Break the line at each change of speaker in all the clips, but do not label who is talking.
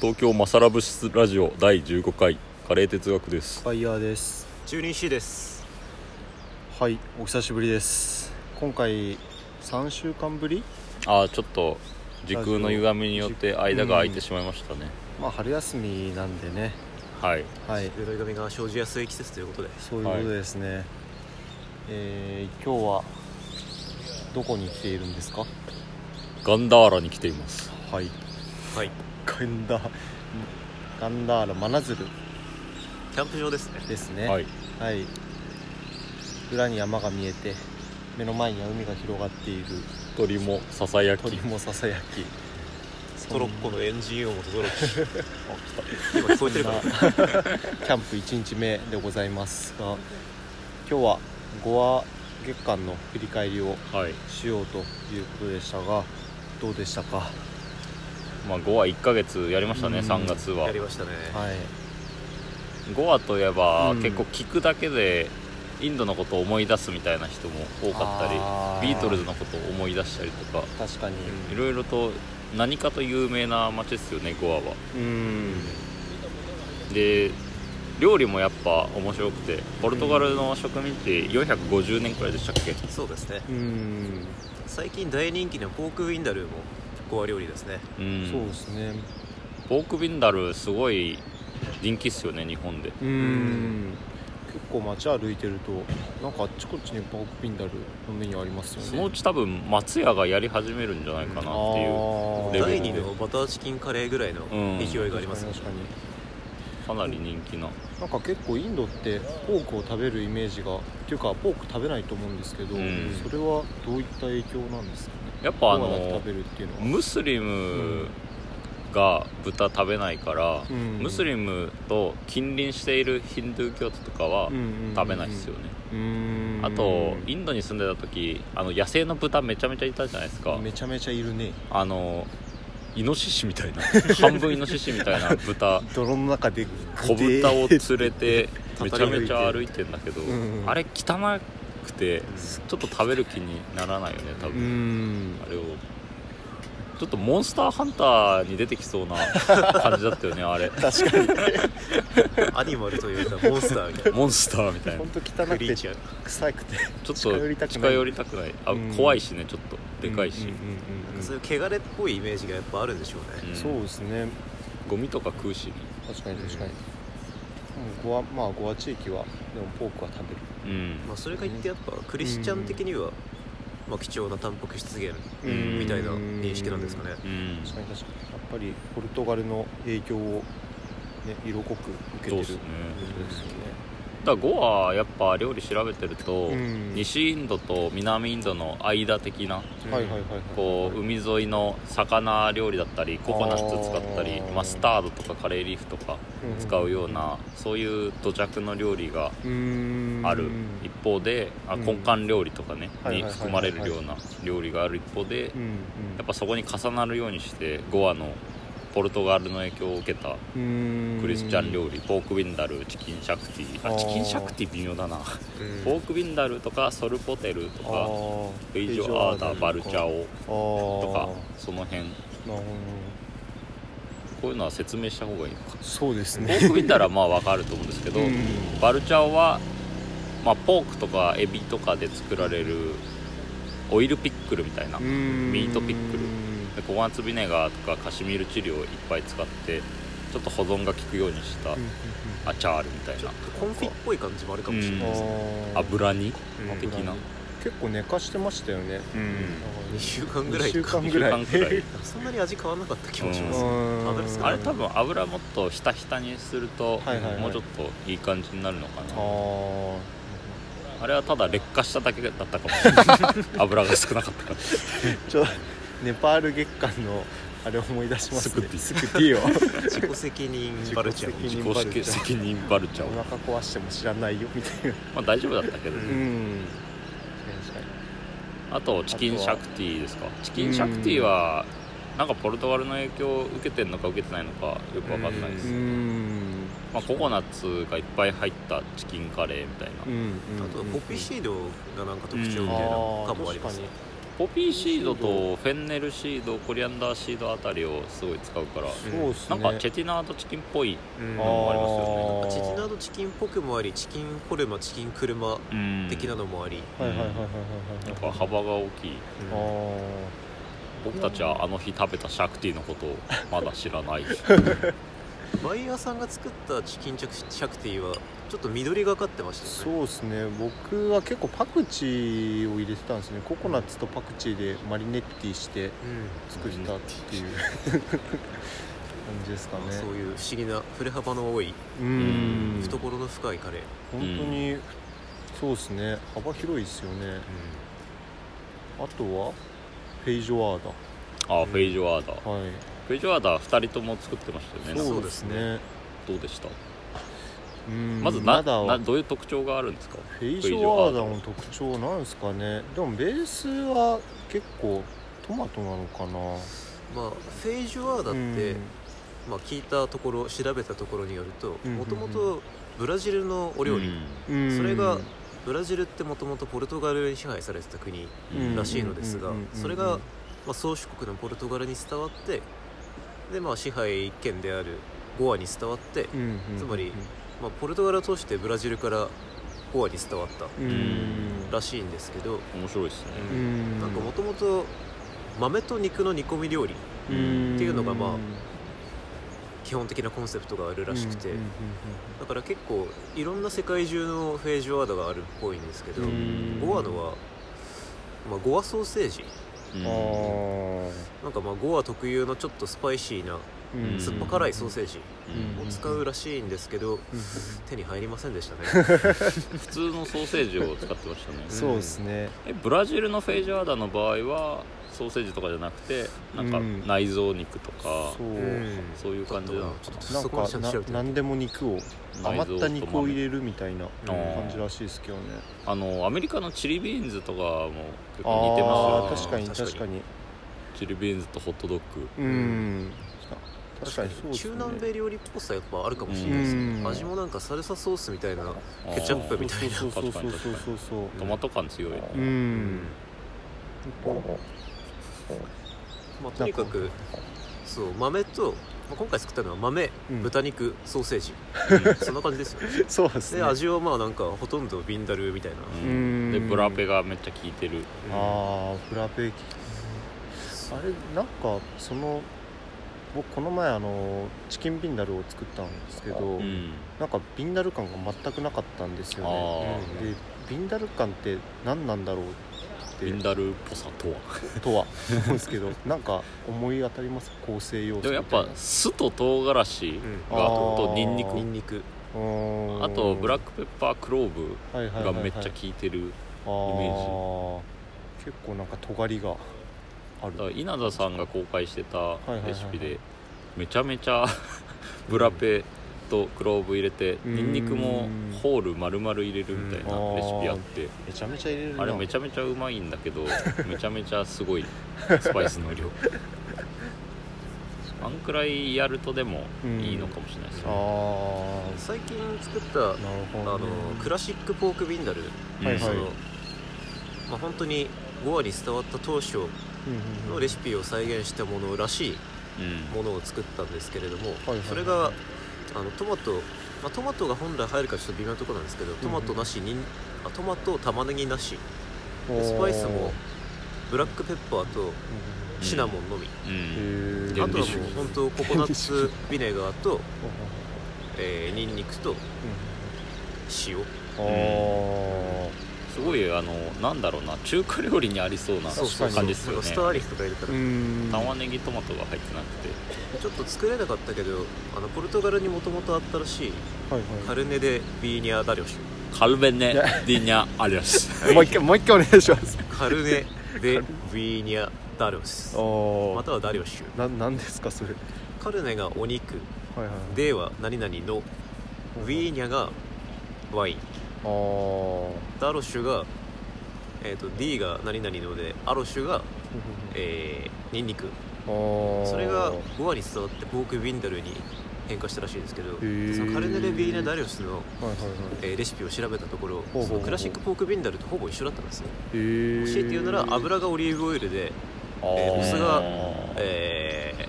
東京マサラブシラジオ第15回カレー哲学です
ファイヤーです
中任 C です
はいお久しぶりです今回3週間ぶり
ああちょっと時空の歪みによって間が空いてしまいましたね、
まあ春休みなんでね
はい
はい
上の髪が生じやすい季節ということで
そういうことですね、えー、今日はどこに来ているんですか
ガンダーラに来ています
はい
はい
ガンダガンダーラ真鶴
キャンプ場ですね
ですね
はい
はい裏に山が見えて目の前には海が広がっている
鳥もささやき
鳥もささやき
トロッコのエンジン音もとどろき今 聞こえてるか な
そんなキャンプ1日目でございますが今日は5話月間の振り返りを
はい
しようということでしたがどうでしたかは
まあ5話1ヶ月やりましたね
うん
3月は
やりましたね
い
5話といえば、
うん
結構聞くだけでインドのことを思い出すみたいな人も多か
あ
った
ー
りビートルズのことを思い出したりとか
確かに
いろいろと何かと有名な街ですよね5話は
うん
で料理もやっぱ面白くてポルトガルの植民地450年くらいでしたっけ
そうですね
うん
最近大人気のポークウィンダルーもゴア料理ですね
うん
そうですね
ポークビンダルすごい人気っすよね日本で
うん結構街歩いてるとなんかあっちこっちにバークピンダルのメニューありますよね
そのうち多分松屋がやり始めるんじゃないかなっていう
あー
レベル
第2のバターチキンカレーぐらいの
うん
勢いがあり ますね
確かに確かに
かなり人気な
なんか結構インドってポークを食べるイメージがっていうかポーク食べないと思うんですけど、
うん
それはどういった影響なんですかね
やっぱあ
コアだけ
の
食べるっていうのは、
ムスリムが豚食べないから、
うん
ムスリムと近隣しているヒンドゥー教徒とかは食べないですよね、
うんうんうん
あとインドに住んでた時あの野生の豚めちゃめちゃいたじゃないですか
めちゃめちゃいるね
あのイノシシみ たいな半分イノシシみたいな豚
泥の中で
小豚を連れてめちゃめちゃ
語
歩いてんだけど、
うんうん
あれ汚くてちょっと食べる気にならないよね多
う
分、
ん
あれをちょっとモンスターハンターに出てきそうな感じだったよねあれ
確かに
アニマルというかモンス ターみたい
モンスターみたいな
本当汚
な
く
クリー
て
チャー
臭くて
ちょっと
近寄りたくない
近寄りたくないあ、
うん
怖いしねちょっとでかいし、
うんうんうんうん
そういう汚れっぽいイメージがやっぱあるんでしょう
う
ね
ん
そうですね
ゴミとか食うしね
確かに確かに、うん、ゴアまあゴア地域はでもポークは食べる
うん
まあそれが言ってやっぱクリスチャン的にはまあ貴重なタンパク質源
うん
みたいな認識なんですかね
うん
確かに確かにやっぱりポルトガルの影響を、ね、色濃く受けて
そう
る
ですね
ことですよね
だから5はやっぱ料理調べてると、
うん
西インドと南インドの間的な
はいはいはいはい
こう海沿いの魚料理だったりココナッツ使ったり
あー
マスタードとかカレーリーフとか
うん
使うような、そういう土着の料理が
うーん
ある一方で、あ
うん
根幹料理とかね、
はいはい
に
はいはい
含まれるような料理がある一方で、
うんうん
やっぱそこに重なるようにして5話のポルトガルの影響を受けた
うーん
クリスチャン料理、ポークウィンダルーチキンシャクティー
あ
あ
ー
チキンシャクティー微妙だな、
うん
ポークウィンダルーとかソルポテルと
あ
か
ー
ベイジョアーダバルチャ
あ
オ
ー
とかその辺
なるほど
こういうのは説明した方がいいのか
そうです
ポ
ね
ークウィンダルーはまあわかると思うんですけど、
うん
バルチャオは、まあ、ポークとかエビとかで作られるオイルピックルみたいな、
うーん
ミートピックルでココナッツビネガーとかカシミールチリをいっぱい使ってちょっと保存が効くようにした
うんうん
アチャールみたい
ちょ
な
っとコンフィっぽい感じもあるかもしれないですね
うんあー
油煮
うん
的な
結構寝かしてましたよね
うん
2週間ぐらい
2週間
2
ぐ
週
らい
間くらい
そんなに味変わらなかった気もしますね
うん
油少ない
あれ多分油もっとひたひたにすると、
はいはいはい
もうちょっといい感じになるのか
あ
な
ー
あれはただ劣化しただけだったかもしれない 油が少なかったから
ちょネパール月間のあれを思い出しますね
ス
スクティを
自己責任バルチャー
自
自己責任バルチャー
己責任バルチャーを
お腹壊しても知らないよみたいな
まあ大丈夫だったけど、
う
うんん確か
あとチキンシャクティですかチキンシャクティはなんかポルトガルの影響を受けてんのか受けてないのかよくわかんないです、
にうん
まあ、ココナッツがいっぱい入ったチキンカレーみたいな、
うん
あとポピーシードがなんか特徴みたいな
あ
か
ー
もありますね
確
ポピーシードとフェンネルシードコリアンダーシードあたりをすごい使うから
そうっす
な
ね
んかチェティナーとチキンっぽい
うん
あもありますよ
チキンナ
あ
ードチキンっぽくもありチキンフォルマチキン車的なのもあり、
ーはいはいはいはい
なん
はい
か
はい
幅が大きい
あ
うん
ー
僕たちはあの日食べたシャクティのことをまだ知らない
バイヤーさんが作ったチキンチャクシャクティはちょっと緑がかってました
そ
よね
うですね僕は結構パクチーを入れてたんですねココナッツとパクチーでマリネッティして作ったっていう 感じですかね
うんそういう不思議な振れ幅の多い
うん本
懐の深いカレー、
当にそうですね幅広いですよねあとはフェイジョワー
ああフェイジョアーダ
ダはい
フェイジョアーダ2人とも作ってましたよねなんか
そうですね
どうでした
うん
まず
ま
な
だ
な
は
どういう特徴があるんですか
フェイジョワーダの特徴なんですかねでもベースは結構トマトなのかな
まあフェイジュワーダって、まあ、聞いたところ調べたところによると
うん
もともとブラジルのお料理、
うん
それ
う
が
ん
ブラジルってもともとポルトガルに支配されてた国、
うん
らしいのですが
うんうんうんうん
それがまあ、宗主国のポルトガルに伝わってで、まあ、支配権であるゴアに伝わって、
うんうんうん
つまりまあ、ポルトガルを通してブラジルからゴアに伝わった
うん
らしいんですけど、
面白いですね
うん
なんかもともと豆と肉の煮込み料理
うん
っていうのがまあ基本的なコンセプトがあるらしくて、
うんうん
だから結構いろんな世界中のフェージュワードがあるっぽいんですけど、
うん
ゴアのは、まあ、ゴアソーセージ
うん
うん
なんかまあゴア特有のちょっとスパイシーな
うんうん
酸っぱ辛いソーセージ
うん
を使うらしいんですけど、
うん
手に入りませんでしたね
普通のソーセージを使ってましたね
そうですね
えブラジルのフェイジョアーダの場合はソーセージとかじゃなくてなんか
うん
内臓肉とか、
そううん
そういう感じなのか
ちょっと
なん
そこまでちゃんと調
か
べて
な
ない
何でも肉を
な
余った肉を入れるみたいな
豆
うん
感じらしいですけどね
あのアメリカのチリビーンズとかも結構似て
あ
ま
ー
す
確
よ
か
ね
に
確かに
確かに
チリビーンズとホットドッグ
うん確かにそうです
中
ね
南米料理っぽさやっぱあるかもしれないです
う
ね
ん
味もなんかサルサソースみたいな
あー
ケチャップみたいな
そうそうそうそうそうそうそう
トマト感強い、
うん、
まあ、とにかくそう豆と、まあ、今回作ったのは豆、
うん
豚肉ソーセージ
うん
そんな感じですよね
そうですね
で味はまあなんかほとんどビンダルみたいな、
うんで
うん
ブラペがめっちゃ効いてる
ああフラペあれなんかその僕この前あのチキンビンダルを作ったんですけど、
うん
なんかビンダル感が全くなかったんですよね
あ
ー
でビンダル感って何なんだろう
ービン
っ
ダルっぽさとは
てとは思うんですけど なんか思い当たります構成要素み
で
たい
も
な
やっぱ酢と唐辛子
う
が
あー
とニンニ
ん、
ク
ニンニク
うーん
あとブラックペッパークローブ
はいはいはい
が
はい
めっちゃ効いてる
あー
イメ
結構なんか尖りがある
だから稲田さんが公開してた
いはいはい
レシピでめちゃめちゃ ブラペとクローブ入れて
ん
ニンニクもホール丸々入れるみたいな
うん
レシピあって
めちゃめちゃ入れるな
あれめちゃめちゃうまいんだけ どめちゃめちゃすごいスパイスの量あんくらいやるとでもいいのかもしれないです
あ
ね
最近作った
ーなるほど
あの
ね、
クラシックポークビンダル、
うん
はいはい
そのまあ、本当にゴアに伝わった当初
うんうんう
の
ん
レシピを再現したものらしい
うん
ものを作ったんですけれども、
はいはい
それがあのトマト、まあ、トマトが本来入るかちょっと微妙なところなんですけどトマトなしに、あトマト玉ねぎなしでスパイスもブラックペッパーとシナモンのみ、
うん
へ
うん
ー
あとはもう本当ココナッツビネガーと、
う
えー、ニンニクと塩
んあ
すごいあのなんだろうな中華料理にありそうな
そうそうそう
感じですよ
なんか
ね
スターアリスとか入れた
ー
ら、
うん
玉ねぎトマトが入ってなくて
ちょっと作れなかったけどあのポルトガルにもともとあったらしい
はい
カルネ・デ・ビーニャ・ダリョシュ
カルベネ・ディニャ・アリアス
はいもう一回もう一回お願いし ます
カルネ・デ・ビーニャ・ダリョス
お
ま
ま
たはダリョシュ
ななんですかそれは
カルネがお肉
いはい
デは何々の
うん
ビーニャがワイン
あー
ダロシュが、えー、と D が何々のでアロシュが、えー、ニンニク
あー
それが5割伝わってポークビンダルに変化したらしいですけど
ー
そのカルネレ・ビーナ・ダリオス
は
の、
いはいはい
えーレシピを調べたところ
ほうほうほう
そのクラシックポークビンダルとほぼ一緒だったんですよ
え
教
ー
えて言うなら油がオリーブオイルで、えーお酢がえー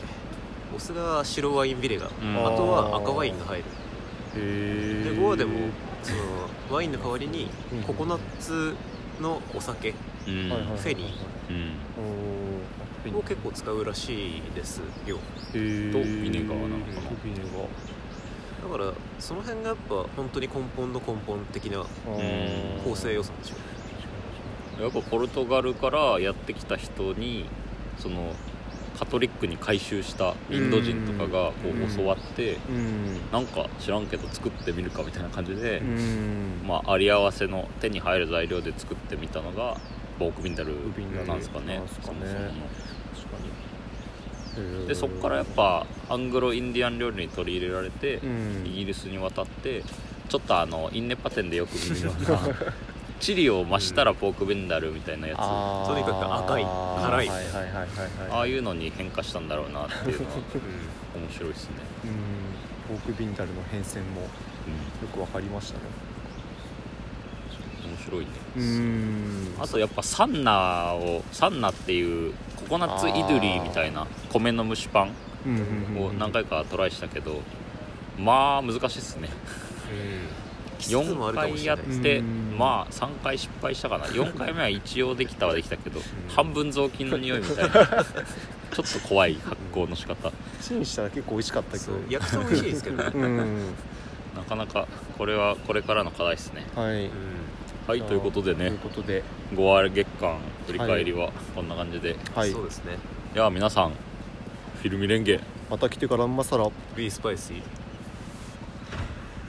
お酢が白ワインビネガー
うん
あとは赤ワインが入る
へー
でゴアでもそのワインの代わりに
うん
ココナッツのお酒
うん
はいはいはいはい
フェリ
うん
ー
おーあフェリ
を
ー
結構使うらしいですよ
へー
とビネガーなのかな
とビネガー
だからその辺がやっぱ本当に根本の根本的な
あー
構成要素なんでしょう
やっぱポルトガルからやってきた人にそのカトリックに改宗したインド人とかがこ
うん
う教わって
うん
なんか知らんけど作ってみるかみたいな感じで
う、ん
まあ、あり合わせの手に入る材料で作ってみたのがボークビンダルなんですかね
ボークビンダルなんすかね
そもそもの
確かに
でそこからやっぱアングロインディアン料理に取り入れられて、
うん
イギリスに渡ってちょっとあのインネパ店でよく見るよう なチリを増したらポークビンダルみたいなやつ、あ
あー
とにかく赤い辛い
はいはいはいはいはい
あいうのに変化したんだろうなっていうのは 面白いですね、
うん、ポークビンダルの変遷もよくわかりましたね
うん、面白いね
うん
あとやっぱサンナをサンナっていうココナッツイドゥリーみたいな米の蒸しパン
うん
を何回かトライしたけどまあ難しいっす ね
きつつもあ
4
るかも
回
しれ
や
な
っ
いです
四
て
うん
まあ3回失敗したかな4回目は一応できたはできたけど半分雑巾の匂いみ たいなちょっと怖い発酵の仕方
チンしたら結構美味しかったけ
そ
ど
う焼くと美味しいですけどね、うん
うん
なかなかこれはこれからの課題ですね
はい
はいということで
とい
ね
うことで
5話月間振り返りはこんな感じで、い、
はい
そうですね
や皆さんフィルミレンゲ
また来てからんまさら
Be spicy